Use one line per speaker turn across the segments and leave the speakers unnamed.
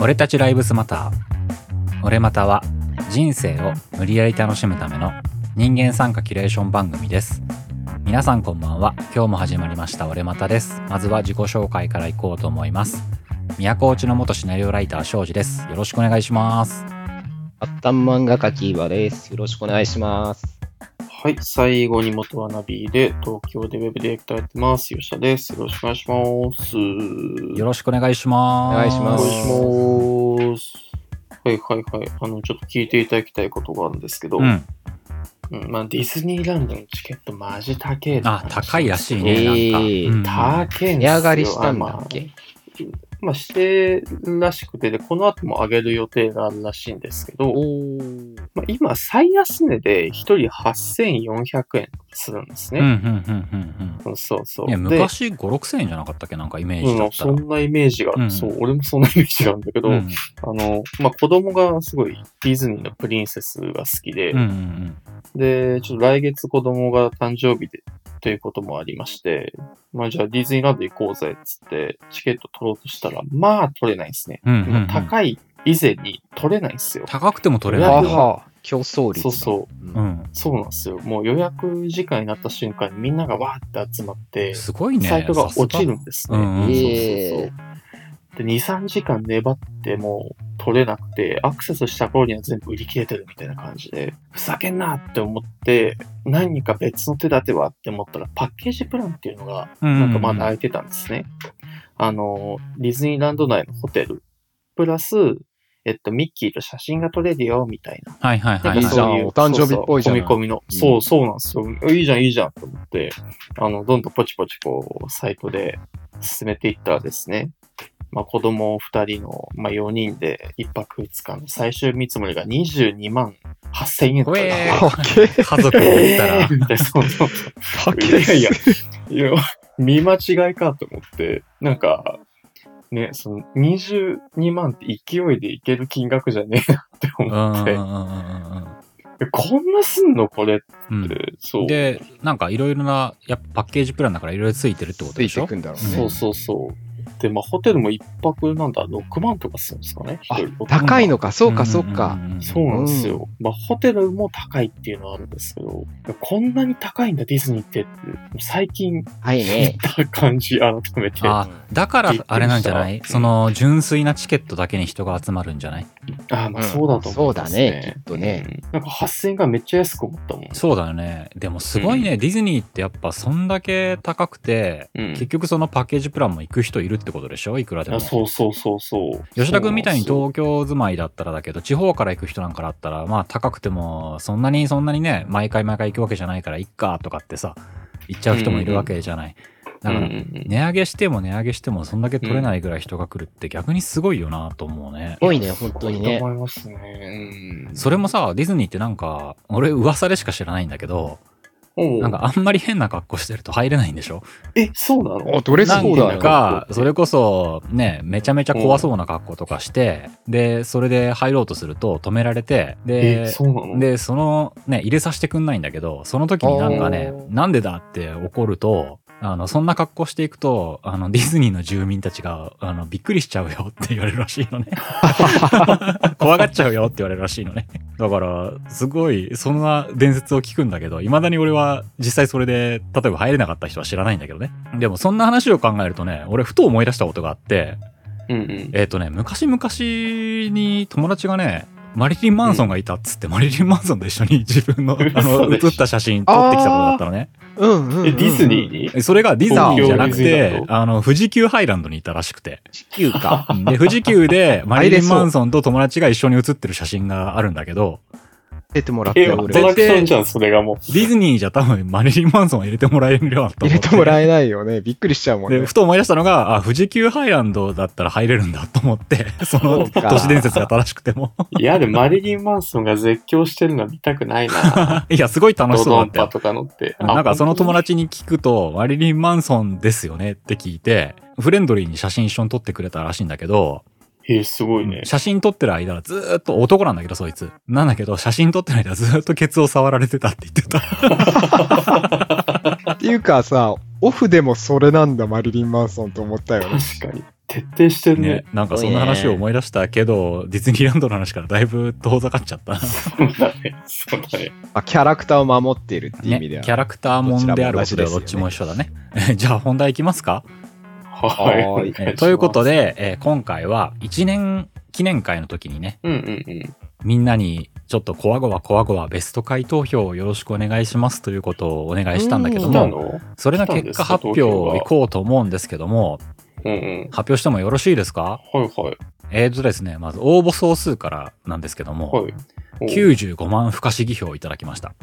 俺たちライブスマター俺または人生を無理やり楽しむための人間参加キュレーション番組です皆さんこんばんは今日も始まりました俺またですまずは自己紹介からいこうと思います宮古内の元シナリオライター庄司ですよろしくお願いします
末端漫画家キーワです。よろしくお願いします。
はい、最後に元はナビで東京でウェブディレクターやってます。吉田です。よろしくお願いします。
よろしくお願いします
お願いしま
お
す
願いします。はいはいはい。あの、ちょっと聞いていただきたいことがあるんですけど、
うん
うんまあ、ディズニーランドのチケットマジ高えな
あ高いらしい
え
ね、
ー
なんか、うん
高え
値
んですよ
上がりしたんだ
あま
っ
あ
け
まあ、してるらしくて、で、この後も上げる予定があるらしいんですけど、
おー
まあ、今、最安値で1人8400円するんです
うんうん
ね。
うんうん
うん、そうそうう。
んいや
で
昔5 6千円じゃなかったっけなんかイメージだ
うん、
った
そ
ら、
んなイメージが、
うん
そう、俺もそんなイメージがあるんだけど、
うん
あの、まあ、子供がすごいディズニーのプリンセスが好きで、
うんうん
で、ちょっと来月子供が誕生日で、ということもありまして、まあ、じゃあディズニーランド行こうぜっつって、チケット取ろうとしたら、まあ取れないですね。
うんうんうんうん
高い以前に取れないんですよ。
高くても取れ
う
ない
は
ん
よ、
は、競争率だ。。
そうそう
うんん、
う、そうなんですよ。もう予約時間になった瞬間にみんながわーって集まって、
すごいね
サイトが落ちるんです
さす
ね。
がうんうん
そうそうそう。で、2、3時間粘っても取れなくて、アクセスした頃には全部売り切れてるみたいな感じで、ふざけんなって思って、何か別の手立てはって思ったら、パッケージプランっていうのが、
な
なんかまだ空いてたんですね。あの、ディズニーランド内のホテル、プラス、えっと、ミッキーと写真が撮れるよ、みたいな。
はいはいはい
な
は
んか
い
じゃん
そういう
お誕生日っぽいじゃない
そうそう込み込みの。そう、そうなんですよ。いいじゃん、いいじゃんと思って、あの、どんどんポチポチこう、サイトで進めていったらですね、まあ子供2人の、まあ4人で1泊2日の最終見積もりが22万8000円だった
うえー
ら。
はけ、
家族で行ったら、
えーみたいなそうそうそう
はけ。
いやいやいや、見間違いかと思って、なんか、ね、その22万って勢いでいける金額じゃねえなって
うん
思っ
う
て、
んうん
こんなすんのこれっ
うんうん
て、
う
そ
ん
う。
でなんかいろいろなやっぱパッケージプランだからいろいろついてるってこと
つ
で
い
してょ
いくんだろう
そ
ね
う。そうそう。で、まあ、ホテルも一泊なんだ、6万とかするんですかね。
あ
一人6万
高いのか、そうか、そうんか。
んんん
そうなんですよ。まあ、ホテルも高いっていうのはあるんですけど、いやこんなに高いんだ、ディズニーって、最近
はい
聞
ね
い。た感じ、改めて。あ
あだから
びっくりした
あれなんじゃないその純粋なチケットだけに人が集まるんじゃない
あ、まあ、そうだと思います、
うんそうだねきっとね
うんなんか8000円がめっちゃ安く思ったもん。
そうだよねでもすごいね、ディズニーってやっぱそんだけ高くて
うん
結局そのパッケージプランも行く人いるってことでしょいくらでも
あそうそうそうそう。
吉田君みたいに
そう
東京住まいだったらだけど地方から行く人なんかだったらまあ高くてもそんなにそんなにね毎回毎回行くわけじゃないからいっかとかってさ行っちゃう人もいるわけじゃない、だ
な
から
んですようんうんうん
値上げしても値上げしてもそんだけ取れないぐらい人が来るって逆にすごいよなと思うね
す、ごいね、本当にね
と。思いますね。うん
それもさディズニーってなんか俺噂でしか知らないんだけど
おう
なんかあんまり変な格好してると入れないんでしょ
え、そうなの
お、どれ
な
そうだ
ん
よ。
か、それこそ、ね、めちゃめちゃ怖そうな格好とかして、で、それで入ろうとすると止められて、
え、
で、
そうなの
で、その、ね、入れさせてくんないんだけど、その時になんかね
お、ー
なんでだって怒ると、あの、そんな格好していくと、あの、ディズニーの住民たちが、あの、びっくりしちゃうよって言われるらしい のね。怖がっちゃうよって言われるらしいのね。だから、すごい、そんな伝説を聞くんだけど、未だに俺は実際それで、例えば入れなかった人は知らないんだけどね。でも、そんな話を考えるとね、俺、ふと思い出したことがあって、
うんうん。
えっ、とね、昔々に友達がね、マリリン・マンソンがいたっつって、マリリン・マンソンと一緒に 自分の、あの、
嘘でし
写
ょ
った写真撮ってきたことだったのね。
うんうんうん。
え、ディズニーに
それがディズニーじゃなく
東京ディズニーラ
て
ン、ド
あの、富士急ハイランドにいたらしくて。
地球か。
で、富士急でマリ
入
リ
れ
ン・
そう
マンソンと友達が一緒に写ってる写真があるんだけど、
出てもらった
え、
よ、
ア
俺
ト。ラクションじゃん、それがもう。
ディズニーじゃ多分マリリン・マンソンは入れてもらえるよ
入
と思
れ
って。
てもらえないよね。びっくりしちゃうもん
で、
ね
ふ。と思い出したのが、あ、富士急ハイランドだったら入れるんだと思って、そ
そ
の
うか
都市伝説が正しくても。
いや、でもマリリン・マンソンが絶叫してるのは見たくない な。
いや、すごい楽し
ド
そうだっ
ドン
たよ
パ。とか乗って。あ
なんかその友。達に聞くと、マリリン・マンソンですよねって聞いて、フレンドリーに写真一緒に撮ってくれたらしいんだけど、
へえ、すごいね。
写真撮ってる間はずーっと男なんだけど、そいつ。なんだけど、写真撮ってる間はずーっとケツを触られてたって言ってた。
っていうかさ、オフでもそれなんだ、マリリン・マンソンと思ったよね。
確かに。徹底してるね。
ね、なんかそんな話を思い出したけど、ディズニーランドの話からだいぶ遠ざかっちゃったな。
そうだね。そうだね。
あキャラクターを守っているっていう意
ね、
味
キ
では。
ャラクターもんであることではどっちも一緒だね。 じゃあ本題いきますか、
は
はい い。
えーということで、えー今回は1年記念会の時にね、
うんうんうん。
みんなにちょっとコワゴワコワゴワベスト回投票をよろしくお願いしますということをお願いしたんだけど
来
も、
たの
それの結果発表行こうと思うんですけども、
うんうん。
発表してもよろしいですか
はいはい。
えーとですね、まず応募総数からなんですけども、
はい。お
95万不可思議票をいただきました。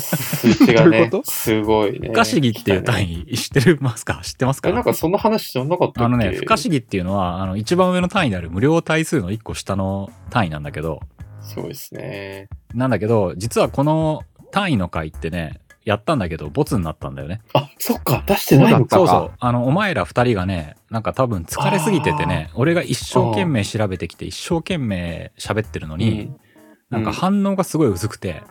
数値が
どういう
ね
こ、と
すごいね。
不可思議っていう
位。
単位知ってますか知ってます
え、なん
か
かその話じゃなかったっけ
あのね、不可思議っていうのは、あの、一番上の単位である無料対数の一個下の単位なんだけど、
そうですね。
なんだけど、実はこの単位の回ってね、やったんだけど、ボツになったんだよね。
あ、そっか、出してないの
そ
か。
そうう
そ
だ
う。あの、お前ら二人がね、なんか多分疲れすぎててね、俺が一生懸命調べてきて、一生懸命喋ってるのに、
うん
なんか反応がすごい薄く て、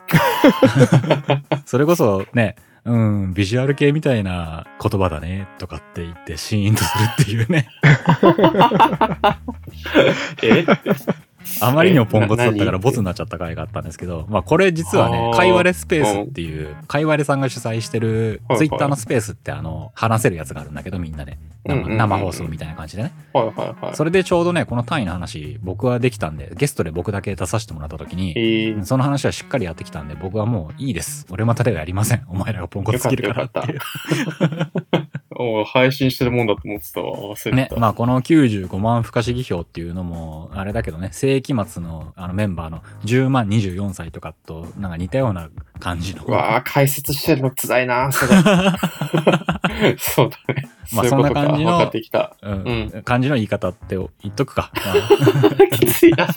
それこそね、うん、ビジュアル系みたいな言葉だね、とかって言ってシーンとするっていうね、
え
あまりにもポンコツだったから
何
ボツになっちゃった回があったんですけど、まあこれ実はね
あ、ー
会話レスペースっていう、会話レさんが主催してる
はいは
ツイ
い
ッターのスペースってあの、話せるやつがあるんだけどみんなで、
うん
生
うんうんうん
生放送みたいな感じでね。
はいはいはい。
それでちょうどね、この単位の話、僕はできたんで、ゲストで僕だけ出させてもらった時に、
えー
その話はしっかりやってきたんで、僕はもういいです。俺またではやりません。 お前らがポンコツすぎるからっていう。
おい配信してるもんだと思ってたわ。忘れ
ね
てた。、
まあこの95万不可思議票っていうのも、あれだけどね、世紀末のあのメンバーの10万24歳とかとなんか似たような感じの。
うわあ、解説してるのつらい なそうだ。そうだね。
まあ
そういう
そん
こ
な
とか、
感じ
分
の
かってきた。
うん
う
感じの言い方って言っとくか。まあ
きつい な。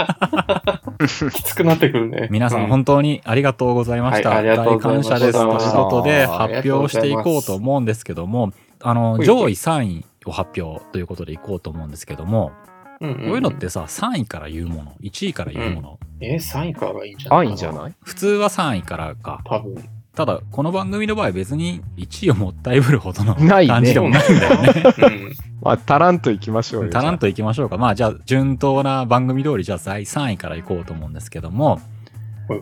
きつくなってくるね。
皆さん本当にありがとうございました。
はいありがとう
大
ござい
感
ました
謝です。ということで、
あ
りが
発
とうご
表し
ざ
てい
います
こうと思うんですけども、あの、
ほいほ
上位
い
3位を発表ということでいこうと思うんですけども、
当に
こういうのってさ、3位から言うもの、1位から言うもの、
え、3位からがいいんじゃない
安易じゃない
普通は3位からか。
多分。
ただ、この番組の場合別に1位をもったいぶるほどの
ないね
感じでもないんだよね。
うん。
まあ、タランと行きましょうよ。
タランと行きましょうか。まあ、じゃあ、順当な番組通り、じゃあ、第3位から行こうと思うんですけども、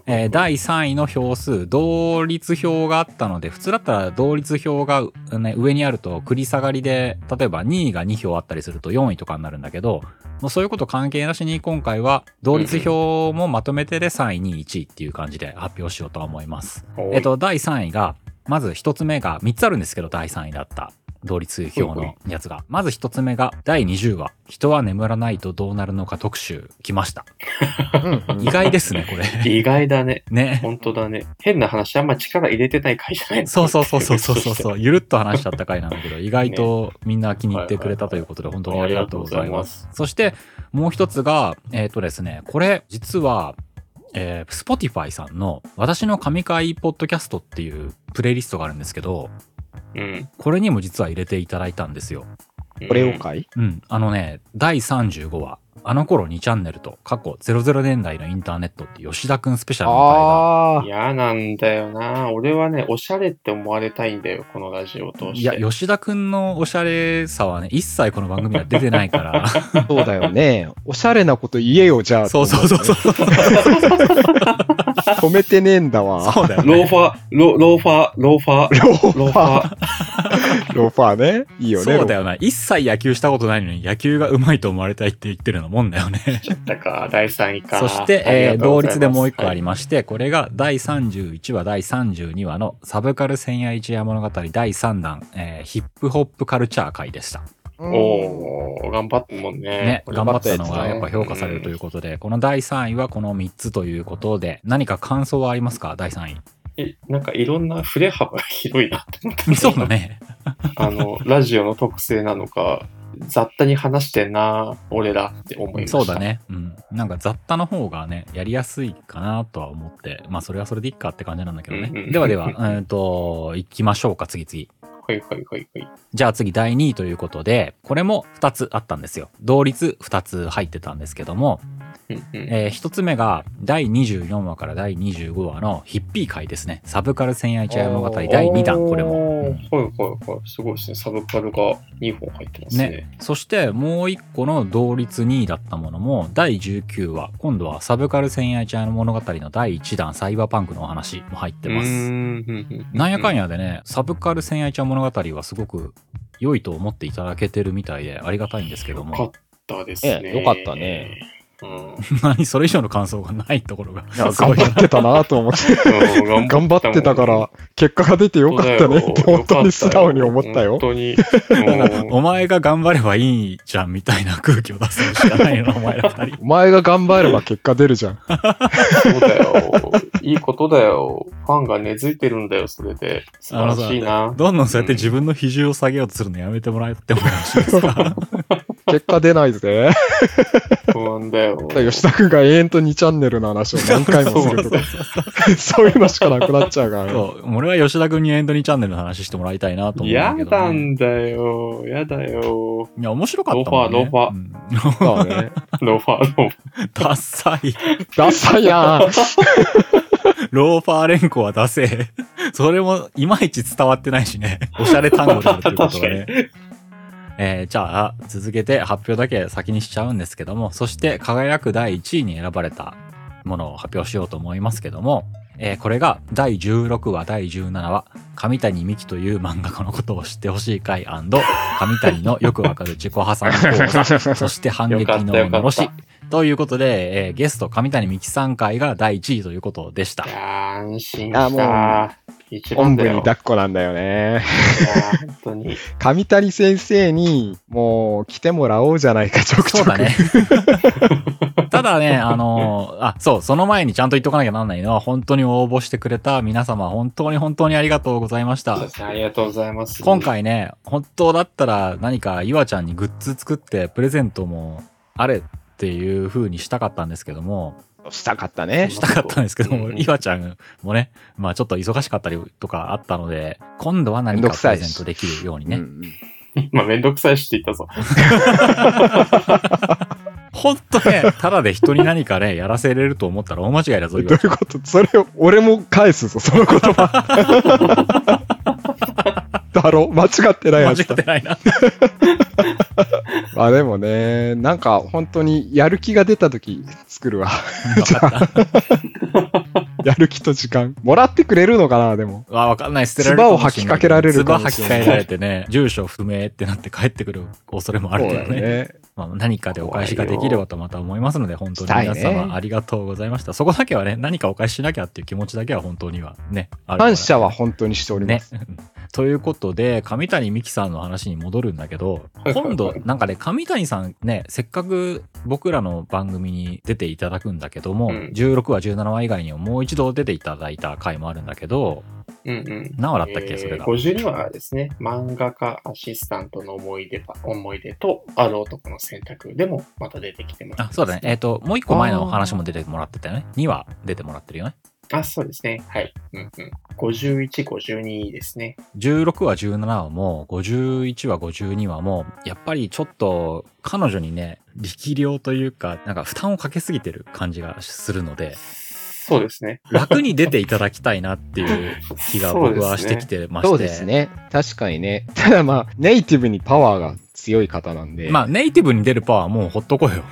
えー第3位の票数、同率票があったので、普通だったら同率票が、ね、上にあると繰り下がりで、例えば2位が2票あったりすると4位とかになるんだけど、もうそういうこと関係なしに今回は同率票もまとめてで3位、2位、1位っていう感じで発表しようと思います。 えっと、第3位が、まず1つ目が、3つあるんですけど、第3位だった。同率表のやつが。まず1つ目が、第20話、人は眠らないとどうなるのか特集、来ました。
うん
意外ですね、こ れ。
意外だね。
ね。
本当だね。変な話、あんま力入れてない回じゃない
そうそうそうそうそうそう
う。
ゆるっと話しちゃった回なんだけど、意外とみんな気に入ってくれたということで、本当にありがとうございます。
す。
そして、もう一つが、えっ、とですね、これ、実は、えー、Spotify さんの、私の神回ポッドキャストっていうプレイリストがあるんですけど、
うん。
これにも実は入れていただいたんですよ。
これをかい
うん、あのね、第35話、あの頃2チャンネルと過去00年代のインターネットって吉田くんスペシャルの回が。
ああ、
嫌なんだよな。俺はね、おしゃれって思われたいんだよ、このラジオを通して。
いや、吉田くんのおしゃれさはね、一切この番組では出てないか ら。
そうだよね。おしゃれなこと言えよ、じゃあ。
そうそうそうそう。
止めてねえんだわ。
そうだよ、
ロー
ね。
ファー、ロローファー、ローファー、
ローフ
ローフ
ァ
ァー。
ー。ローファーね。いいよね。
そうだよな。一切野球したことないのに野球がうまいと思われたいって言ってるのもんだよね。
ちょっ とか、第3位か。
そして、えー
ありがと
同
うございます
率でもう一個あり
は
まして、これが第31話、第32話のサブカル千夜一夜物語第3弾、えーヒップホップカルチャー回でした。
うん
いおー、頑張ったもんね。
ね、
これ
頑張ったのが
ね
やっぱ評価されるということで、この第3位はこの3つということで、何か感想はありますか第3
えなんかいろんな触れ幅が広いなって思った。
位。 そうだね。
あの、ラジオの特性なのか、雑多に話してんな、俺らって思いました。
そうだ。ね。うん。なんか雑多の方がね、やりやすいかなとは思って、まあそれはそれでいいかって感じなんだけど
うんう
ね。
ん
ではでは、うんと、行きましょうか、次々。
はいはいはいはい。
じゃあ次第2位ということで、これも2つあったんですよ。同率2つ入ってたんですけども、
うんうん
えー一つ目が、第24話から第25話のヒッピー会ですね。サブカル恋愛茶山語り第2弾、これも。
も
う
は
ん
いはいはい。すごいですね。サブカルが2本入ってますね。
ね、そしてもう一個の同率2位だったものも第19話今度はサブカル恋愛ちゃんの物語の第1弾サイバーパンクのお話も入ってま
うー
す
んうんうんうん
なんやかんやでねサブカル恋愛ちゃん物語はすごく良いと思っていただけてるみたいでありがたいんですけど
よ
も
かったですね。
ええよかったね。
うん。
何それ以上の感想がないところが
いや
すご
頑
い
張ってたなと思って、頑張ってたか。ら、結果が出てよかったねって本当に素直に思ったよ
本。当に。
お前が頑張ればいいじゃんみたいな空気を出すしか ないのお前ら二人
お前が頑張れば結果出るじゃん。
そうだよ。いいことだよ。ファンが根付いてるんだよ、それで。素晴らしいな。
どんどんそうやって自分の比重を下げようとするのやめてもらえってもよろしいですか
結果出ないぜ。
不安だよ。
吉田君が永遠と2チャンネルの話を何回もするとか、そういうのしかなくなっちゃうからね。
そう、俺は吉田君にエンドニーチャンネルの話してもらいたいなと思うんだ
や
けど、ね。
だんだよ。やだよ。
いや、面白かったもん、ね。
ロファ
ロファ。
そうね。
ノファーの。
ダッサい。
ダサいやん。
ローファー連呼はダセえ。それも、いまいち伝わってないしね。おしゃれ単語であるということがね。えーじゃあ、続けて発表だけ先にしちゃうんですけども、そして輝く第1位に選ばれたものを発表しようと思いますけども、えーこれが第16話、第17話、上谷美紀という漫画家のことを知ってほしい回上谷のよくわかる自己破産 講座、そして反撃ののろ
よ
し
かっ。
ということで、えーゲスト上谷美紀さん回が第1位ということでした
い。やー安心し
あも
た。一
おん
番
ぶ
だ
に
よ。
抱っこなんだよね。
いやー本当に。
上谷先生に、もう来てもらおうじゃないか、ちょくち
そう
ょ
だ
く。
ね。ただね、あのーあ、そう、その前にちゃんと言っとかなきゃなんないのは、本当に応募してくれた皆様、本当に本当にありがとうございまし
そう
た
で。すねありがとうございます。
今回ね、本当だったら何かゆわちゃんにグッズ作って、プレゼントもあれっていう風にしたかったんですけども、
したかったね。
したかったんですけども、
うん
ゆわちゃんもね、まあちょっと忙しかったりとかあったので、今度は何
めんど
か
く
プ
さ
レ
いし
ゼントできるようにね
う。ん
まあ、めんどくさいしって言ったぞ。
ほんとね、ただで人に何かね、やらせれると思ったら大間違いだぞ、
え
ゆ
ど
わ
ういうことそれを、俺も返すぞ、その言葉。 だろ間違ってない
間
や
違
つだ
ってないな。
まあでもね、なんか本当にやる気が出た時作るわ。じゃあやる気と時間。もらってくれるのかな、でも。
わ、わかんない。捨てられるもしれないけど
唾を吐きかけられるか
唾
も
吐
し
き
れ
か
ない
えられてね、住所不明ってなって帰ってくる恐れもあるけど
そうだ
ね。
よね。
まあ、何かでお返しができればとまた思いますので、本当に皆
したいね
様ありがとうございました。そこだけはね、何かお返ししなきゃっていう気持ちだけは本当にはね、あるから
感謝は本当にしておりま
ね
す。。
ということで、上谷美紀さんの話に戻るんだけど
は、いはい
今度、なんかね、上谷さんね、せっかく僕らの番組に出ていただくんだけども、
うん
16話、17話以外にももう一度出ていただいた回もあるんだけど、
うんうん。
何話だったっけ、それ
えー
が。
52話はですね、漫画家アシスタントの思い出ば思い出と、ある男の選択でもまた出てきてます。
あ、そうだね。えっ、と、もう一個前の話も出てもらってたよね。2話出てもらってるよね。
あ、そうですね。はい。うんうん。51、52ですね。
16話、17話も、51話、52話も、やっぱりちょっと、彼女にね、力量というか、なんか負担をかけすぎてる感じがするの で、
そうですね。
楽に出ていただきたいなっていう気が僕はしてきてまして。
そうですね。確かにね。ただまあ、ネイティブにパワーが強い方なんで。
まあ、ネイティブに出るパワーはもうほっとこうよ。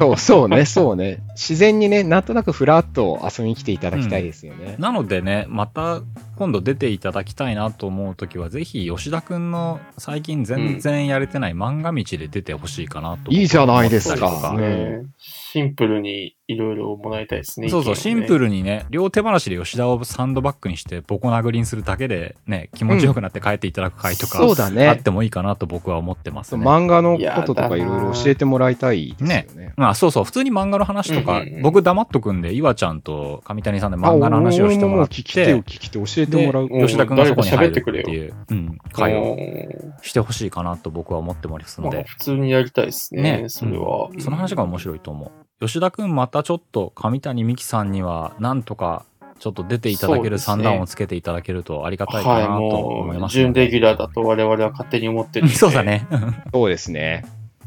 そうそうね、そうね。自然にね、なんとなくフラッと遊びに来ていただきたいですよね。
なのでね、また今度出ていただきたいなと思うときは、ぜひ吉田くんの最近全然やれてない漫画道で出てほしいかなと、
いいじゃないです
そう
か
です
う
ね。シンプルにいろいろもらいたいですね。
そうそう、シンプ
ル。
ルにね、両手放しで吉田をサンドバッグにして、ボコ殴りにするだけでね、気持ちよくなって帰っていただく回とか、
そうだね
あってもいいかなと僕は思ってます
そう
ね。
漫画のこととかいろいろ教えてもらいたいですよね。
まあそうそう、普通に漫画の話とか、
うんうんうん
僕黙っとくんで、岩ちゃんと上谷さんで漫画の話をしてもらっ
あ俺もう聞き手
て
を聞、き手教えてもらう。
で
吉田くんがそこに入るって
誰か喋
いう、うん、会を
うん
してほしいかなと僕は思っておりますの
まあ、
で、
普通にやりたいですね。
ね
それは、
その話が面白いと思う。吉田くんまたちょっと上谷美紀さんには、なんとか、ちょっと出ていただける
そうです
三
ね
段をつけていただけるとありがたいか
は、
ないと思い
も
ま
う、
すの
準
で。
レギュラーだと我々は勝手に思ってるんで
そうだ。ね。
そうですね。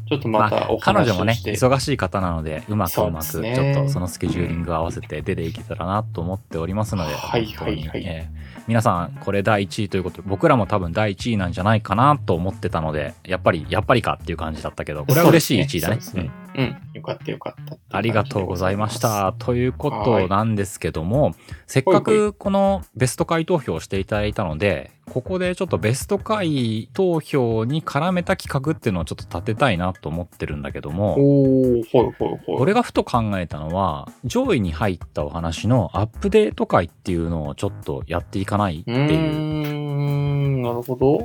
ちょっとまたお話
彼
しして、
女もね、忙しい方なので、うまく
そう
うまく、ち
です
ょ
ね
っとそのスケジューリングを合わせて出ていけたらなと思っておりますので、
はい
本当に
はいはい
えー皆さん、これ第1位ということで、僕らも多分第1位なんじゃないかなと思ってたので、やっぱり、やっぱりかっていう感じだったけど、これは嬉しい1位だね。
そうです
うん
うん、よかったよかった。
ありがとうございまし。た。というこ
は
と
い
なんですけども、せっかくこのベスト回投票をしていただいたので、ここでちょっとベスト回投票に絡めた企画っていうのをちょっと立てたいなと思ってるんだけども、
おー、ほいほいほい。
俺がふと考えたのは、上位に入ったお話のアップデート会っていうのをちょっとやっていかないって
うー
いう。
ん、なるほど。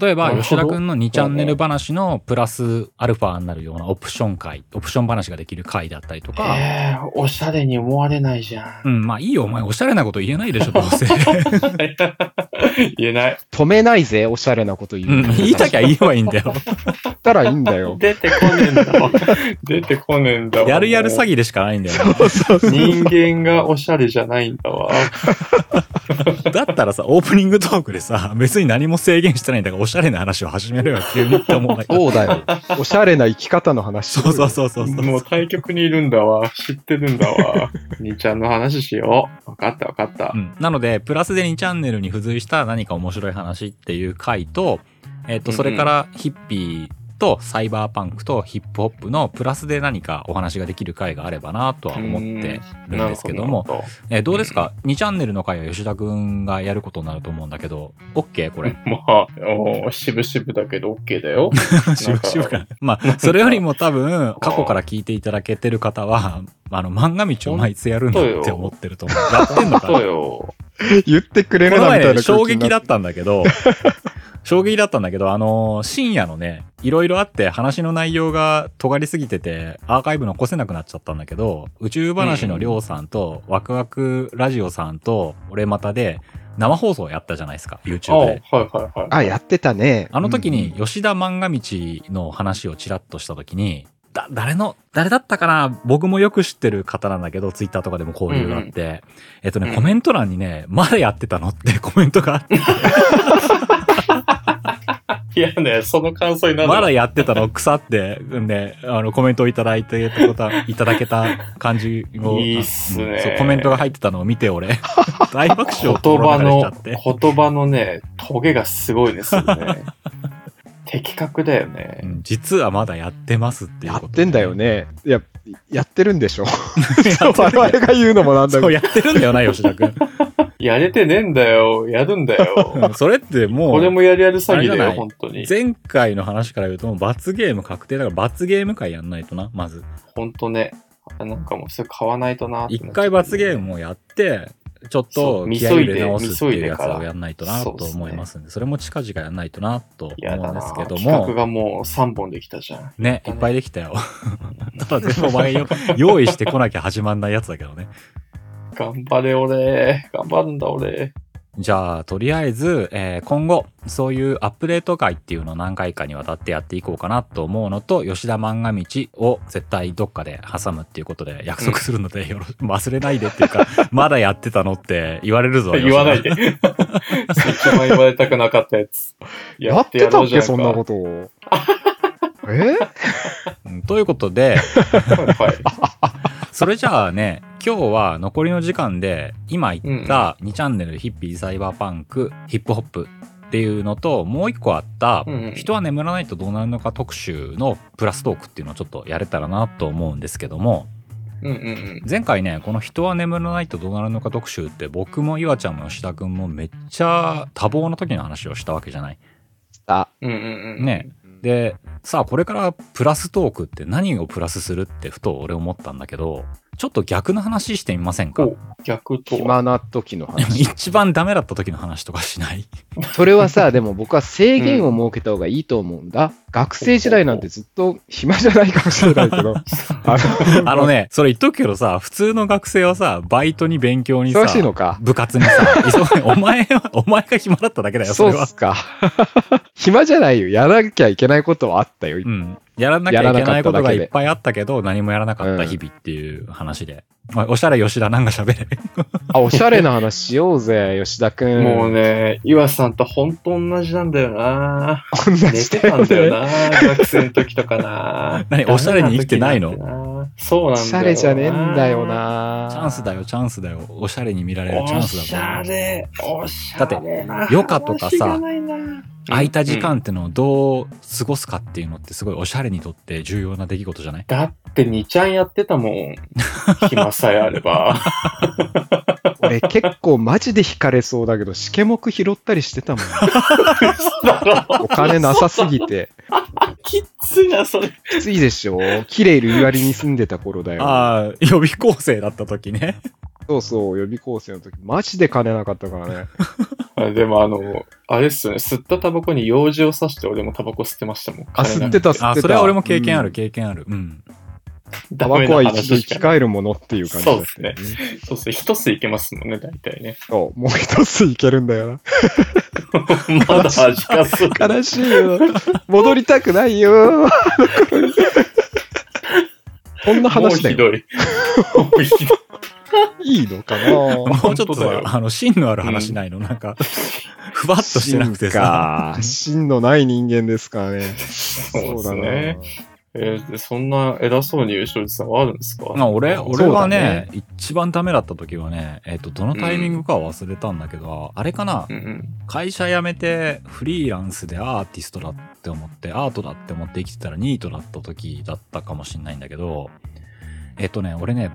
例えば、
なるほ
吉
ど
田くんの2チャンネル話のプラスアルファになるようなオプション会、オプション話ができる会だったりとか、
えー、おしゃれに思われないじゃ
うん、まあいいよ、お前、おしゃれなこと言えないで しょ、どうせ。
ん。 言えない。
止めないぜ、おしゃれなこと
う
言
ん
う。
言いたきゃ言えばいいんだよ。
言ったらいいんだよ。
出てこねえんだ わ。出てこねえんだわ。
やるやる詐
欺。
欺でしかないんだよね。
人間がおしゃれじゃないんだわ。
だったらさ、オープニングトークでさ、別に何も制限してないんだから、おしゃれな話を始めるよ、急にって思うんだけど。
そうだよ。おしゃれな生き方の話。
そうそうそうそうそう。
もう対局にいるんだわ。知ってるんだ わ。兄ちゃんの話しよう。わかったわかった
う。ん、なので、プラスで2チャンネルに付随した何か面白い話っていう回と、えっ、と、
うんうん
それからヒッピーとサイバーパンクとヒップホップのプラスで何かお話ができる回があればなとは思ってるんですけども、
なるほ
えーどうですか ?2 チャンネルの回は吉田くんがやることになると思うんだけど、OK? これ。
どまあ、おー渋々だけど OK だよ。
しぶしぶかな。まあ、それよりも多 分、過去から聞いていただけてる方は、あの、漫画道を毎日やるんだって思ってると思う。やってんのかな
そうよ。
言ってくれ
こ
る
の
なみた
前
いな
ね、
空
衝
気にな
撃だったんだけ ど、衝撃だったんだけど、あのー深夜のね、いろいろあって話の内容が尖りすぎてて、アーカイブ残せなくなっちゃったんだけど、宇宙話のりょうさんと、ワクワクラジオさんと、俺またで、生放送やったじゃないですか、
あ
YouTube
はい
で。
はいはい。
あ、やってたね。
あの時に、
うん
吉田漫画道の話をちらっとした時に、だ、誰の、誰だったかな僕もよく知ってる方なんだけど、ツイッターとかでも交流があって、えっとね、
うん
コメント欄にね、まだやってたのってコメントがあって、
いやね、その感想になる。
まだやってたの腐って、んで、あの、コメントをいただいて、いただけた感じを。
いいっすね
うんそう、コメントが入ってたのを見て、 俺、大爆笑
言
を心
葉
の中でしちゃ
の
っ、て。
言葉のね、トゲがすごいです よね。的確だよ
う
ね。
ん実はまだやってますっていう
や
こと。
ってんだよ。ね。いや、やってるんでしょ。
やってる
我
んだ
々
よ
が言うのもなんだけ
そ
ど
う、。やってるんだよな、吉田 くん。
やれてねえんだよ。やるんだ
う
よ。
んそれってもう、
これもやるやる詐
あれ
欺
じゃな
だよ、
い
本当に。
前回の話から言うと、もう罰ゲーム確定だから罰ゲーム会やんないとな、まず。
本当ね。なんかもうそれ買わないとなってなっちゃう
一回罰ゲームをやって、ちょっ
そ
と
う
気合い入
急い
れ
で
直すって
急い
いう
で
やつ
から
をやんないとなと思いますんで、それも近々やんないとなと思
や
う
だ
ん
な。
ですけど
企画
も、
がもう3本できたじゃん。
ね、い
や
っ
ったね
ぱいできたよ。 ただ全部お前よ用意してこなきゃ始まんないやつだけどね。
頑張れ、俺。頑張るんだ、俺。
じゃあ、とりあえず、えー今後、そういうアップデート会っていうのを何回かにわたってやっていこうかなと思うのと、吉田漫画道を絶対どっかで挟むっていうことで約束するので、よろ忘れないでっていうか、 まだやってたのって言われるぞ。
言わない
吉
で。一番言われたくなかったやつ。
やってた
ろ
っ
うじゃ
け、
か
そんなことを。え
田。うんということで、
はいはい。
それじゃあね、今日は残りの時間で、今言った2チャンネル、ヒッピー、サイバーパンク、ヒップホップっていうのと、もう一個あった、
うんうん
人は眠らないとどうなるのか特集のプラストークっていうのをちょっとやれたらなと思うんですけども、
うんうんうん。
前回ね、この人は眠らないとどうなるのか特集って、僕も岩ちゃんも吉田くんもめっちゃ多忙な時の話をしたわけじゃない。
あ、
うんうんうん。
ね。で、さあこれからプラストークって何をプラスするってふと俺思ったんだけど、ちょっと逆の話してみませんか
お逆とは。
暇な時の話。
一番ダメだった時の話とかしない
それはさ、でも僕は制限を設けた方がいいと思うんだ。学生時代なんてずっと暇じゃないかもしれない けど。あ
あのね、それ言っとくけどさ、普通の学生はさ、バイトに勉強にさ
忙、しいのか。
部活にさ、忙しいお前は、お前が暇だっただけだよ、そ
そう
れ
っ
は。
すか。 暇じゃないよ。やらなきゃいけないことはあったよ。
うん。やらなきゃいけないことがいっぱいあったけど、何もやらなかっ
う
た
ん
日々っていう話で。おいおしゃれ吉田なんか喋れ。
あ、おしゃれな話しようぜ、 吉田くん。
もうね、岩瀬さんと本当同じなんだよ な。
同じだよね
寝てたんだよな、学生の時とかな。
何おしゃれに生きてないの
ダメな時なんてなそ
お
うなんだよな。
しゃれじゃねえんだよな
チャンスだよ、チャンスだよ。おしゃれに見られるチャン
お
スだ
しゃれ、おしゃれな。
て余暇とかさ
話がないな
空いた時間ってのをどう過ごすかっていうのってすごいおしゃれにとって重要な出来事じゃない
だって2ちゃんやってたもん。暇さえあれば。
俺結構マジで惹かれそうだけど、シケモク拾ったりしてたもん。お金なさすぎて。
きっついな、それ。
きついでしょキレイルわりに住んでた頃だよ。
ああ、予備校生だった時ね。
そうそう、予備校生の時、マジで金なかったからね。
あでもあの、あれっすね、吸ったタバコに用事を刺して俺もタバコ吸ってましたもん。
あ、吸ってた、吸ってた。
あそれは俺も経験ある、
うん。
経験ある。うん。
タ
タ
バコは一度生き返るものっていう感じだったよね
そうそうそう、一吸いけますもんね、大体ね。
そう、もう一ついけるんだよ
まだ味がす る。
な。悲しいよ。戻りたくないよ。こんな
もう
話だ
ひ
よ。
どい。もうひどい。
いいのかな
もうちょっと
本当だ
さ
よ、
あの、芯のある話ないの、なんか、ふわっとしてなく てさ。
真か。真のない人間ですからね。
そうですね。えーでそんな偉そうに言う庄司さんはあるんですか
まあ、俺、
う
俺はね
そ
一番ダメだった時はね、えっ、と、どのタイミングかは忘れたんだけど、あれかな
う、ん
会社辞めてフリーランスでアーティストだって思って、アートだって思って生きてたらニートだった時だったかもしんないんだけど、えっとね、俺ね、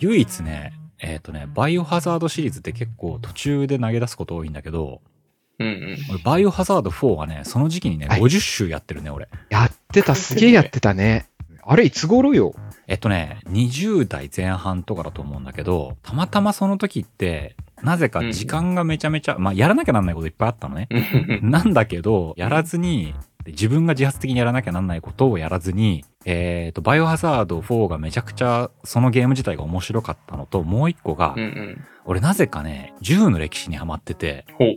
唯一ね、えっとね、バイオハザードシリーズって結構途中で投げ出すこと多いんだけど、
うん。うん
俺バイオハザード4はね、その時期にね、
はい
50周やってるね、俺。
やってた、すげえやってたね。あれ、いつ頃よ
えっとね、20代前半とかだと思うんだけど、たまたまその時って、なぜか時間がめちゃめちゃ、まあ、やらなきゃなんないこといっぱいあったのね。
うんうん。
なんだけど、やらずに、で自分が自発的にやらなきゃなんないことをやらずに、えっ、と、バイオハザード4がめちゃくちゃ、そのゲーム自体が面白かったのと、もう一個が、
うんうん。
俺なぜかね、銃の歴史にハマってて、
ほう。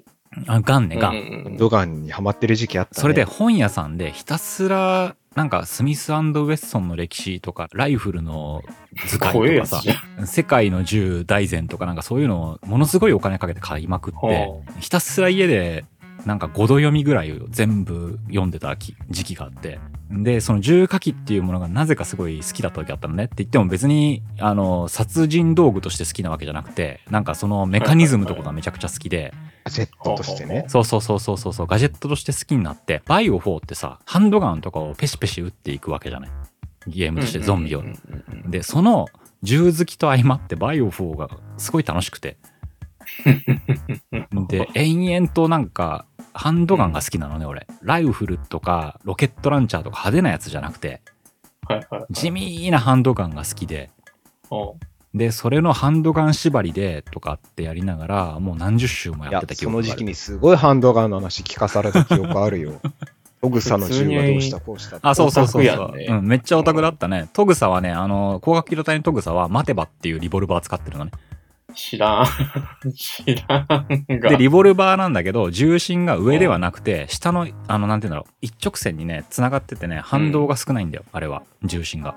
あガンね、ガン。
うんうんうん
ドガンにハマってる時期あった、ね。
それで本屋さんでひたすら、なんかスミスウェッソンの歴史とか、ライフルの図
怖え
鑑と
や
か
つ
さ
じ、ゃん。
世界の銃大全とかなんかそういうのをものすごいお金かけて買いまくって、
は
ひたすら家でなんか5度読みぐらいを全部読んでたき時期があって。で、その銃火器っていうものがなぜかすごい好きだった時あったのねって言っても別に、あの、殺人道具として好きなわけじゃなくて、なんかそのメカニズムとかがめちゃくちゃ好きで、
ジェットとしてね。
そうそうそうそうそうそう、ガジェットとして好きになって、バイオ4ってさ、ハンドガンとかをペシペシ撃っていくわけじゃない。ゲー
あ
ムとしてゾンビを
うんう。んうん
で、その銃好きと相まってバイオ4がすごい楽しく て。で、延々となんか、ハンドガンが好きなのね、俺。ライフルとか、ロケットランチャーとか派手なやつじゃなくて、
はいはい。
地味なハンドガンが好きで、
ほ
で、それのハンドガン縛りでとかってやりながら、もう何十周も
い
やっ
や
てた、記
そ
憶があ
の
る。
時期にすごいハンドガンの話聞かされた記憶あ るよ。小草の銃はどうしたこうしたって
あ、そうそうそう
オタ
そ
ク
う、
やね
うん。めっちゃオタクだったね。トグサはね、あの、光学機動隊のトグサは、待てばっていうリボルバー使ってるのね。
う知らん。知らんが。
で、リボルバーなんだけど、重心が上ではなくて、下の、あの、なんて言うんだろう、一直線にね、繋がっててね、反動が少ないんだよ、あれは、重心が。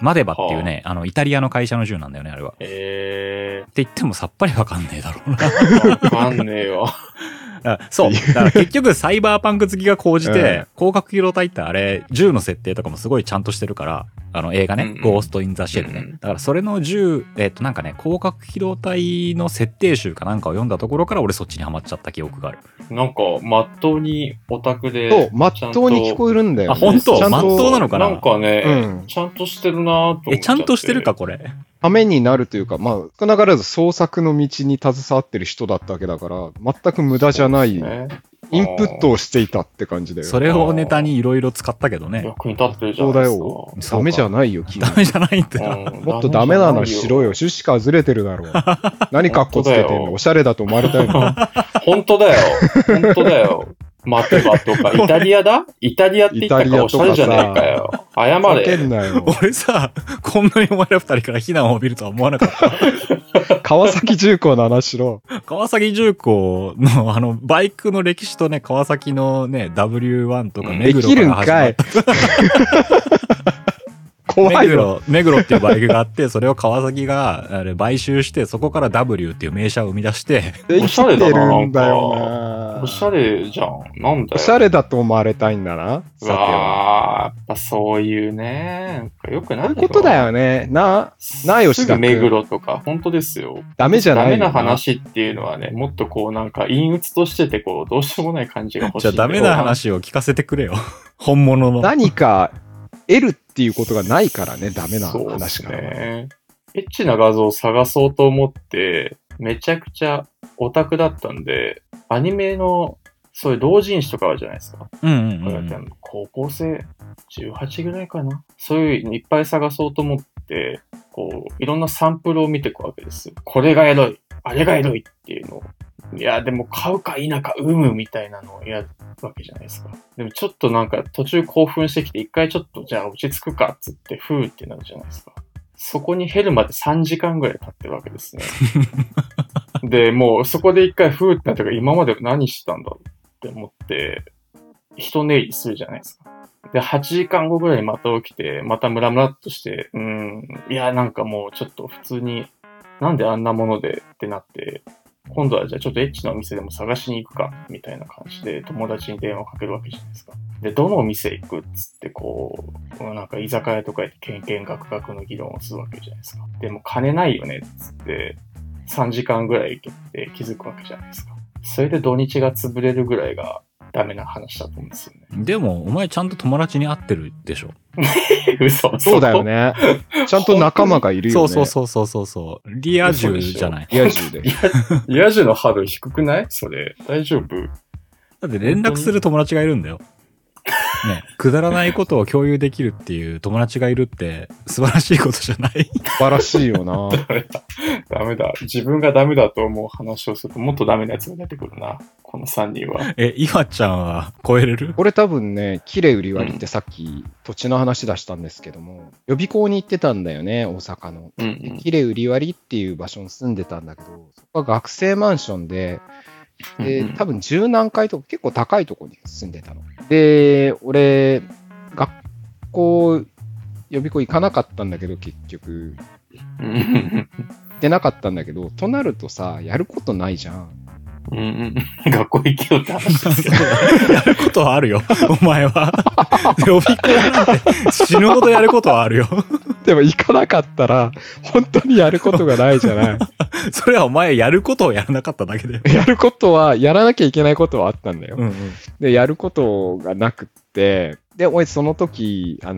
マデバっていうね、あの、イタリアの会社の銃なんだよね、あれは。っ
え
て言ってもさっぱりわかんねえだろうな。
ー、わかんねえわ。
あそう。だから結局、サイバーパンク好きが高じ
え
て、広角機動隊ってあれ、銃の設定とかもすごいちゃんとしてるから、あの映画ね、
うんうん
ゴースト・イン・ザ・シェルね。
うんうん
だからそれの銃、えっ、となんかね、広角機動隊の設定集かなんかを読んだところから俺そっちにハマっちゃった記憶がある。
なんか、まっとうにオタクで。
そう、まっとうに聞こえるんだよ、
あ本当
ちゃん
まっとうなのかな
なんかね、
うん
ちゃんとしてるなぁと思っちゃって。
え、ちゃんとしてるか、これ。
ためになるというか、まあ、少なからず創作の道に携わってる人だったわけだから、全く無駄じゃない、
そうですね
インプットをしていたって感じだよ。
それをネタにいろいろ使ったけどね。
役に立ってるじゃ
そ
な
う
いで
だ
すか。
よ。ダメじゃないよ、君
ダメじゃないってな。
うん
もっとダメなのしろよ。
よ。
趣旨からずれてるだろ う。何格好つけてんのおしゃれだと思われたいの。
本当だよ。本当だよ。待てばと か、イタリアだイタリアって言った
イタリ
ら
ア
おし
と
ゃ
かさ
れじゃねえかよ。謝
ふざけん
れ。
な よ。
俺さ、こんなにお前ら二人から非難を浴びるとは思わなかった。
川崎重工の話しろ。
川崎重工のあの、バイクの歴史とね、川崎のね、W1 とか
うん
目
で
黒
き
か
るん
ら始ま
か
っ
い。怖
目
いよ。
黒、目黒っていうバイクがあって、それを川崎があれ買収して、そこから W っていう名車を生み出して、
できてるんだよな。
おしゃれじゃん。なんだよ。
おしゃれだと思われたいんだな。さては。
わあ、やっぱそういうね。よくない
そういうことだよね。な、な吉田君
すぐ目黒とか、本当ですよ。
ダメじゃない
ダ
よ
メな話っていうのはね、もっとこうなんか陰鬱としてて、こう、どうしようもない感じが欲し
じ
い
ゃあ
んだ
ダ
けど。
メな話を聞かせてくれよ。 本物の。
何か得るっていうことがないからね、ダメな
そうで
話
す
が。
ね。エッチな画像を探そうと思って、めちゃくちゃオタクだったんで、アニメの、そういう同人誌とかあるじゃないですか。
うんうん
こ
う
うやってあ
ん。
の高校生18ぐらいかな。そういうのいっぱい探そうと思って、こう、いろんなサンプルを見ていくわけですよ。これがエロい、あれがエロいっていうのを。いや、でも買うか否か、うむみたいなのをやるわけじゃないですか。でもちょっとなんか途中興奮してきて、一回ちょっとじゃあ落ち着くかっつって、ふーってなるじゃないですか。そこに減るまで3時間ぐらい経ってるわけで すね。で、もうそこで一回ふーってなったから、今まで何してたんだろうって思って、一寝入りするじゃないですか。で、8時間後ぐらいにまた起きて、またムラムラっとして、うーん、いや、なんかもうちょっと普通に、なんであんなものでってなって、今度はじゃあちょっとエッチなお店でも探しに行くか、みたいな感じで友達に電話かけるわけじゃないですか。で、どのお店行くっつって、こう、なんか居酒屋とか行って、けんけんがくがくの議論をするわけじゃないですか。でも金ないよねっつって、3時間ぐらい行って気づくわけじゃないですか。それで土日が潰れるぐらいがダメな話だと思うんですよね。
でも、お前ちゃんと友達に会ってるでしょ。
嘘
そうだよ。ね。ちゃんと仲間がいるよ
そう
ね。
そうそうそうそうそう。リア充じゃない。
リア充で。
ヤジのハードル低くないそれ。大丈夫
だ って連絡する友達がいるんだ よ。ね、くだらないことを共有できるっていう友達がいるって素晴らしいことじゃない
素晴らしいよな。
ダメだ。ダメだ。自分がダメだと思う話をするともっとダメなやつが出てくるな。この3人 は。
え、いわちゃんは超えれる
これ多分ね、キレ売り割りってさっき土地の話出したんですけども、予備校に行ってたんだよね、大阪の。
うんう
で
ん。
キレ売り割りっていう場所に住んでたんだけど、そこは学生マンションで、で、
うんうん
多分十何階とか結構高いとこに住んでたの。で、俺、学校、予備校行かなかったんだけど、結局。
うんうん
行ってなかったんだけど、となるとさ、やることないじゃん。
うんうん。学校行けよって話ですよ。
やることはあるよ。お前は。 予備校なんて死ぬほどやることはあるよ。
でも行かなかったら、本当にやることがないじゃ ない。
それはお前やることをやらなかっただけだよ。
やることは、やらなきゃいけないことはあったんだよ。
うんうん。
で、やることがなくって、で、俺その時、あ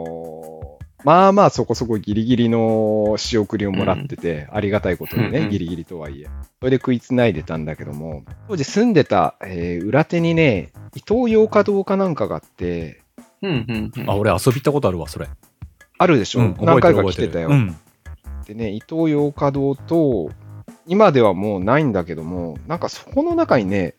のーまあまあそこそこギリギリの仕送りをもらってて、ありがたいことにね、
うんうん
ギリギリとはいえ。それで食いつないでたんだけども、当時住んでた、えー裏手にね、伊東洋華堂かなんかがあって、
うんうんうん。
あ、俺遊び行ったことあるわ、それ。
あるでしょ、
うん、覚
何
えて
回
る
か
覚え
来
て
て
る。
たよ。
うん。
でね、伊東洋華堂と、今ではもうないんだけども、なんかそこの中にね、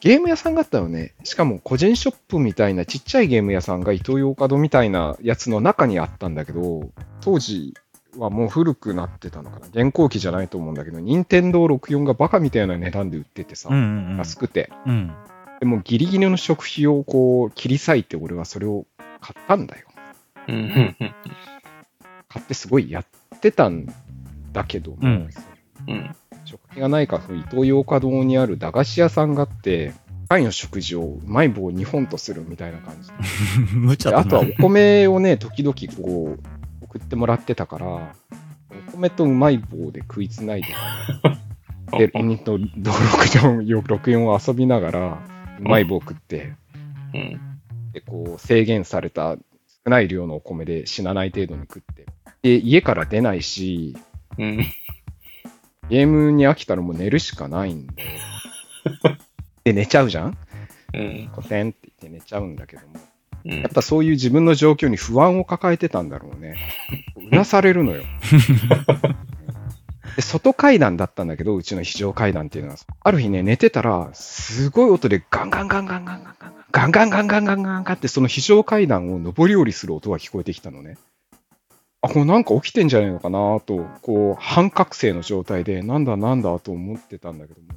ゲーム屋さんがあったよね。しかも個人ショップみたいなちっちゃいゲーム屋さんが伊東洋華堂みたいなやつの中にあったんだけど、当時はもう古くなってたのかな。現行機じゃないと思うんだけど、任天堂64がバカみたいな値段で売っててさ、
うんうんうん。
安くて。
うん。
でもギリギリの食費をこう切り裂いて俺はそれを買ったんだよ。
うんうんうん
買ってすごいやってたんだけども、
うん
うん。
食費がないから、その伊東洋華堂にある駄菓子屋さんがあって、貝の食事をうまい棒2本とするみたいな感じ。
無茶
で
だ
あ
な
とはお米をね、時々こう、送ってもらってたから、お米とうまい棒で食い つないで、で、
うん
ニと64 64を遊びながら、うまい棒食って、
うん
で、こう、制限された少ない量のお米で死なない程度に食って、で、家から出ないし、
うん。
ゲームに飽きたらもう寝るしかないんで。で、寝ちゃうじゃん
うん
コテンって言って寝ちゃうんだけども。
うん
やっぱそういう自分の状況に不安を抱えてたんだろうね。うなされるのよ。で外階段だったんだけど、うちの非常階段っていうのは。ある日ね、寝てたら、すごい音でガンガンガンガンガンガンガンガンガンガンガンガンガンガンってその非常階段を上り下りする音が聞こえてきたのね。あ、これなんか起きてんじゃないのかなと、こう、半覚醒の状態で、なんだなんだと思ってたんだけども、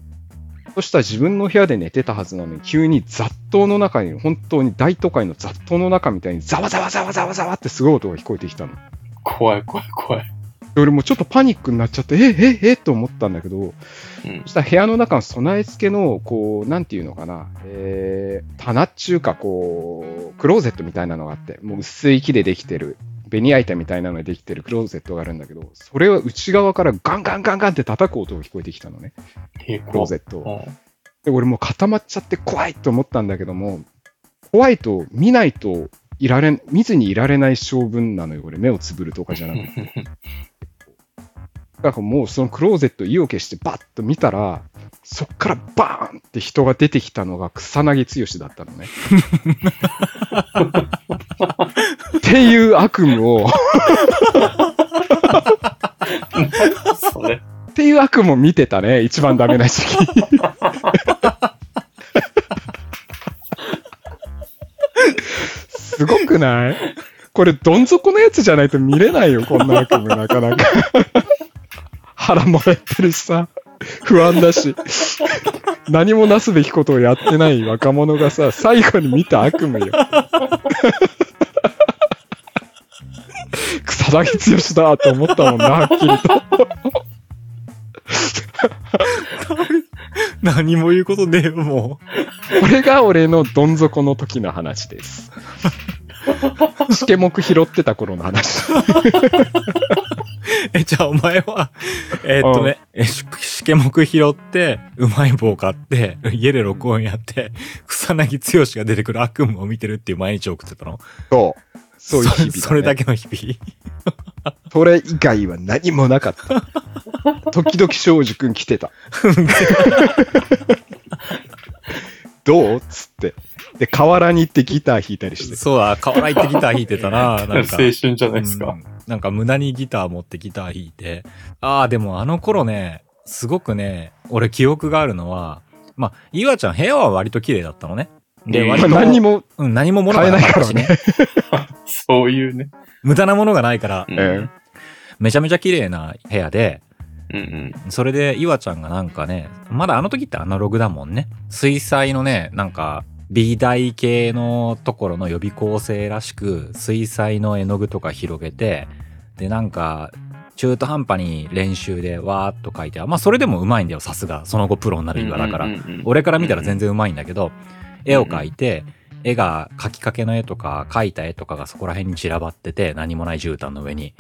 そしたら自分の部屋で寝てたはずなのに、急に雑踏の中に、本当に大都会の雑踏の中みたいに、ざわざわざわざわざわってすごい音が聞こえてきたの。
怖い怖い怖い。
で俺もちょっとパニックになっちゃって、ええええと思ったんだけど、
うん
そしたら部屋の中の備え付けの、こう、なんていうのかな、えー、棚っちゅうか、こう、クローゼットみたいなのがあって、もう薄い木でできてる、ベニヤ板みたいなのでできてるクローゼットがあるんだけど、それは内側からガンガンガンガンって叩く音が聞こえてきたのね、
え、
クロー
怖い。
ゼットを
うん
で、俺もう固まっちゃって怖いと思ったんだけども、怖いと見ないといられん、見ずにいられない性分なのよ、俺、目をつぶるとかじゃなくて。だからもうそのクローゼット意を消してバッと見たら、そっからバーンって人が出てきたのが草薙剛だったのね。っていう悪夢を、っ
それ。
ていう悪夢を見てたね、一番ダメな時期。すごくないこれ、どん底のやつじゃないと見れないよ、こんな悪夢、なかなか。腹も減ってるしさ、不安だし、何もなすべきことをやってない若者がさ、最後に見た悪夢よ。草薙剛だと思ったもんな、はっきりと。
何も言う ことねえよ、も
これが俺のどん底の時の話です。シケモク拾ってた頃の話。
う。え、じゃあお前は、えーっとね、え、ししけもく拾って、うまい棒買って、家で録音やって、草薙剛が出てくる悪夢を見てるっていう毎日を送ってたの
そう。そういう日々だ、ね
そそれだけの日々。
それ以外は何もなかった。時々庄司くん来てた。どうつって。で、河原に行ってギター弾いたりして。
そうだ、河原行ってギター弾いてたな、なん
青
か。
春じゃないです
う
か。
んなんか無駄にギター持ってギター弾いて。ああ、でもあの頃ね、すごくね、俺記憶があるのは、まあ、いわちゃん部屋は割と綺麗だったのね。
え
で、
え
割
まあ、
と、
何にも、
うん、何も物がなかったしね。
そういうね。
無駄なものがないから
う、
ええ
ん。
めちゃめちゃ綺麗な部屋で、
うん
それで、いわちゃんがなんかね、まだあの時ってアナログだもんね。水彩のね、なんか、美大系のところの予備校生らしく、水彩の絵の具とか広げて、で、なんか、中途半端に練習でわーっと書いて、まあそれでもうまいんだよ、さすが。その後プロにな
う
る
ん。
岩だから
うん。うんうん。
俺から見たら全然うまいんだけど、絵を描いて、絵が描きかけの絵とか描いた絵とかがそこら辺に散らばってて何もない絨毯の上に。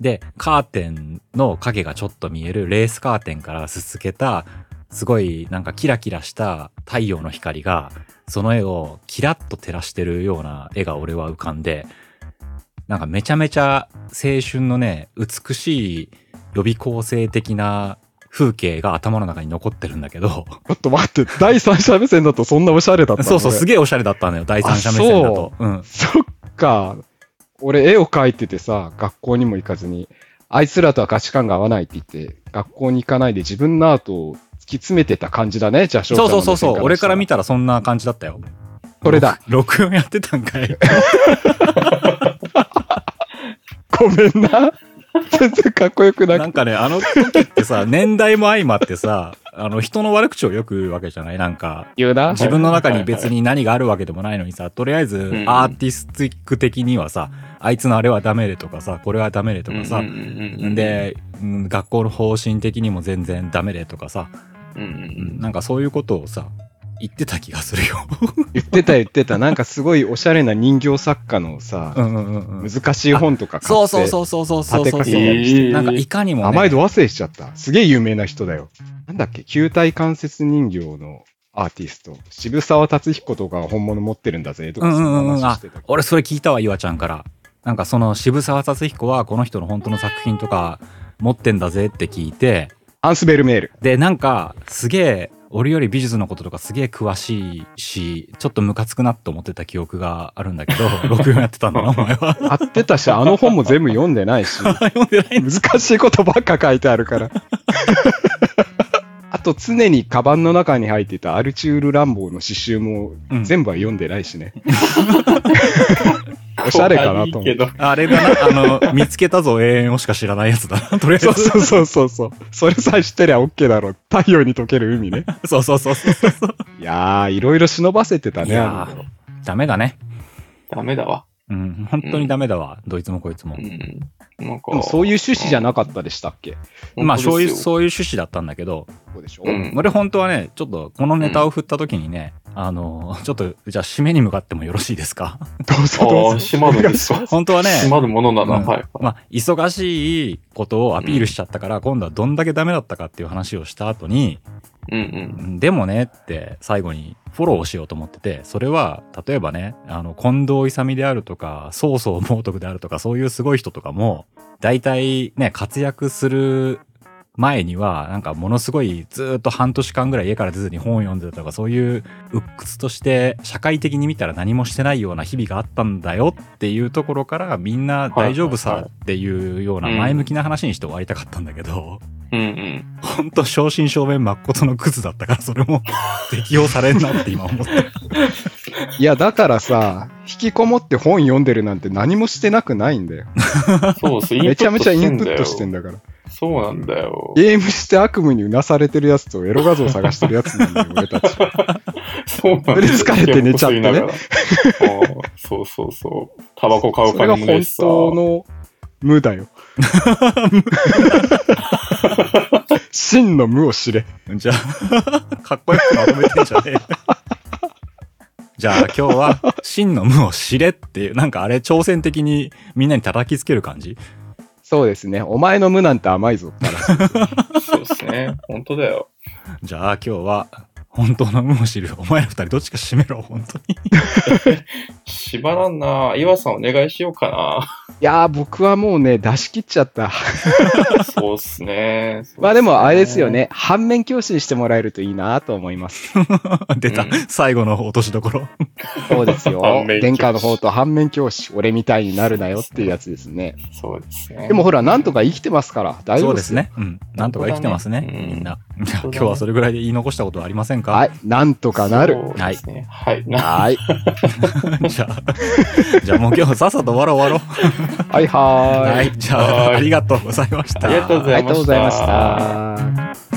で、カーテンの影がちょっと見えるレースカーテンからすすけたすごいなんかキラキラした太陽の光がその絵をキラッと照らしてるような絵が俺は浮かんでなんかめちゃめちゃ青春のね美しい予備校生的な風景が頭の中に残ってるんだけど
ちょっと待って、第三者目線だとそんなおしゃれだったの
そうそう、す
げ
げえおしゃれだったのよ、第三者目線だと。うん。
そっか。俺、絵を描いててさ、学校にも行かずに、あいつらとは価値観が合わないって言って、学校に行かないで自分のアートを突き詰めてた感じだね、じゃあ、
そうそうそうそう、俺から見
た。
たらそんな感じだったよ。
それだ。
録音やってたんかい。
ごめんな。全然かっこよくなく
なんかね、あの時ってさ、年代も相まってさ、あの、人の悪口をよく言うわけじゃないなんか、
言うな。
自分の中に別に何があるわけでもないのにさ、とりあえず
ん
アーティスティック的にはさ、あいつのあれはダメでとかさ、これはダメでとかさ
うん、うんうんうん、
で、うん学校の方針的にも全然ダメでとかさ、
うんうんうん、
なんかそういうことをさ、言ってた気がするよ。
言ってた言ってた。なんかすごいおしゃれな人形作家のさ、
んうんうん
難しい本とか買って。
そうそう
う。
そうそうそうそうそう
立て
そう
かけ。
えー
なんかいかにも、ね、
名前ど忘れしちゃった。すげえ有名な人だよ。なんだっけ球体関節人形のアーティスト。渋沢達彦とかが本物持ってるんだぜ、と
う
か
んう
そ
んうん
の
うん。
話
あ
してたけど。
俺それ聞いたわ、岩ちゃんから。なんかその渋沢達彦はこの人の本当の作品とか持ってんだぜって聞いて、
アンスベルメール。
で、なんかすげえ、俺より美術のこととかすげえ詳しいし、ちょっとムカつくなって思ってた記憶があるんだけど、 録音やってたんだな、お前は。
合ってたし、あの本も全部読んでないし、
読んでないんだ。
難しいことばっか書いてあるから。 あと常にカバンの中に入ってたアルチュール・ランボーの詩集も
うん
全部は読んでないしね。おしゃれかなと思
け
う。
ど。
あれだな、あの、見つけたぞ、永遠をしか知らないやつだな、とりあ えず
そう。そうそうそうそう。それさえ知ってりゃ OK だろう。太陽に溶ける海ね。
そうそうそうそうそう。
いやー、いろいろ忍ばせてた
い
ね。
や
あの
ーダメだね。
ダメだわ。
うん、本当にダメだわ、どいつもこいつも
う。ん。なんか
でもそういう趣旨じゃなかったでしたっけ
まあ、そういう、
う。
そういう趣旨だったんだけど、
そうでしょ、
うん
俺本当はね、ちょっとこのネタを振った時にね、あの、ちょっと、じゃあ締めに向かってもよろしいですか
どう
あ
ぞど
あ、
うぞ。
閉まるんですか。
本当はね、
閉まるものなら、
うん
はい。
まあ、忙しいことをアピールしちゃったから、今度はどんだけダメだったかっていう話をした後に、
うんう。
うんんでもねって最後にフォローをしようと思ってて、それは、例えばね、あの、近藤勇であるとか、曹操猛徳であるとか、そういうすごい人とかも、大体ね、活躍する前には、なんかものすごいずーっと半年間ぐらい家から出ずに本を読んでたとか、そういう鬱屈として社会的に見たら何もしてないような日々があったんだよっていうところから、みんな大丈夫
はいは
さ
い
っていうような前向きな話にして終わりたかったんだけど、
うんうん。
ほんと正真正銘真っことのクズだったから、それ も適用されんなって今思って。
いや、だからさ、引きこもって本読んでるなんて何もしてなくないんだよ。
そうそう、
めちゃめちゃインプットしてて
ん
ん
だよ。
だから。
そうなんだよ。
ゲームして悪夢にうなされてるやつとエロ画像探してるやつなんだよ、俺たち。
そうなんだよ。
で疲れて寝ちゃってね
い や。こすりながらああそうそうそう。タバコ買う
それ
金
が
もねえ
本
しさ。
当の無だよ。真の無を知れ。
じゃあ、 かっこよくまとめてんじゃねえよ。じゃあ今日は真の無を知れっていう、なんかあれ挑戦的にみんなに叩きつける感じ
そうですね。お前の無なんて甘いぞ。
そうですね。本当だよ。
じゃあ今日は本当の無を知る。お前ら二人どっちか締めろ、本当に。
縛らんな。岩さんお願いしようかな。
いやー、僕はもうね、出し切っちゃった。
そうっすね。
まあでも、あれですよ。ね。反面教師にしてもらえるといいなと思います。
出た、
うん
最後の落としどころ。
そうです よ
反面教師。
殿下の方と反面教師、俺みたいになるなよっていうやつですね。
そうですね。
でもほら、なんとか生きてますから、大
そ
丈夫
う
で
ですす
よ。
ね。うん。なんとか生きてますね、
本当だねうん
みんな。
当だね
今日はそれぐらいで言い残したことはありませんか
はい。なんとかなる。
そうですね。はい。な
はい。
じゃあ、じゃあもう今日さっさと終わろう終わろ
はいは
う。
ーい。
はい。じゃあ、
はい
ありがとうございました。
ありがとうござい
あり
ました
がとうございました。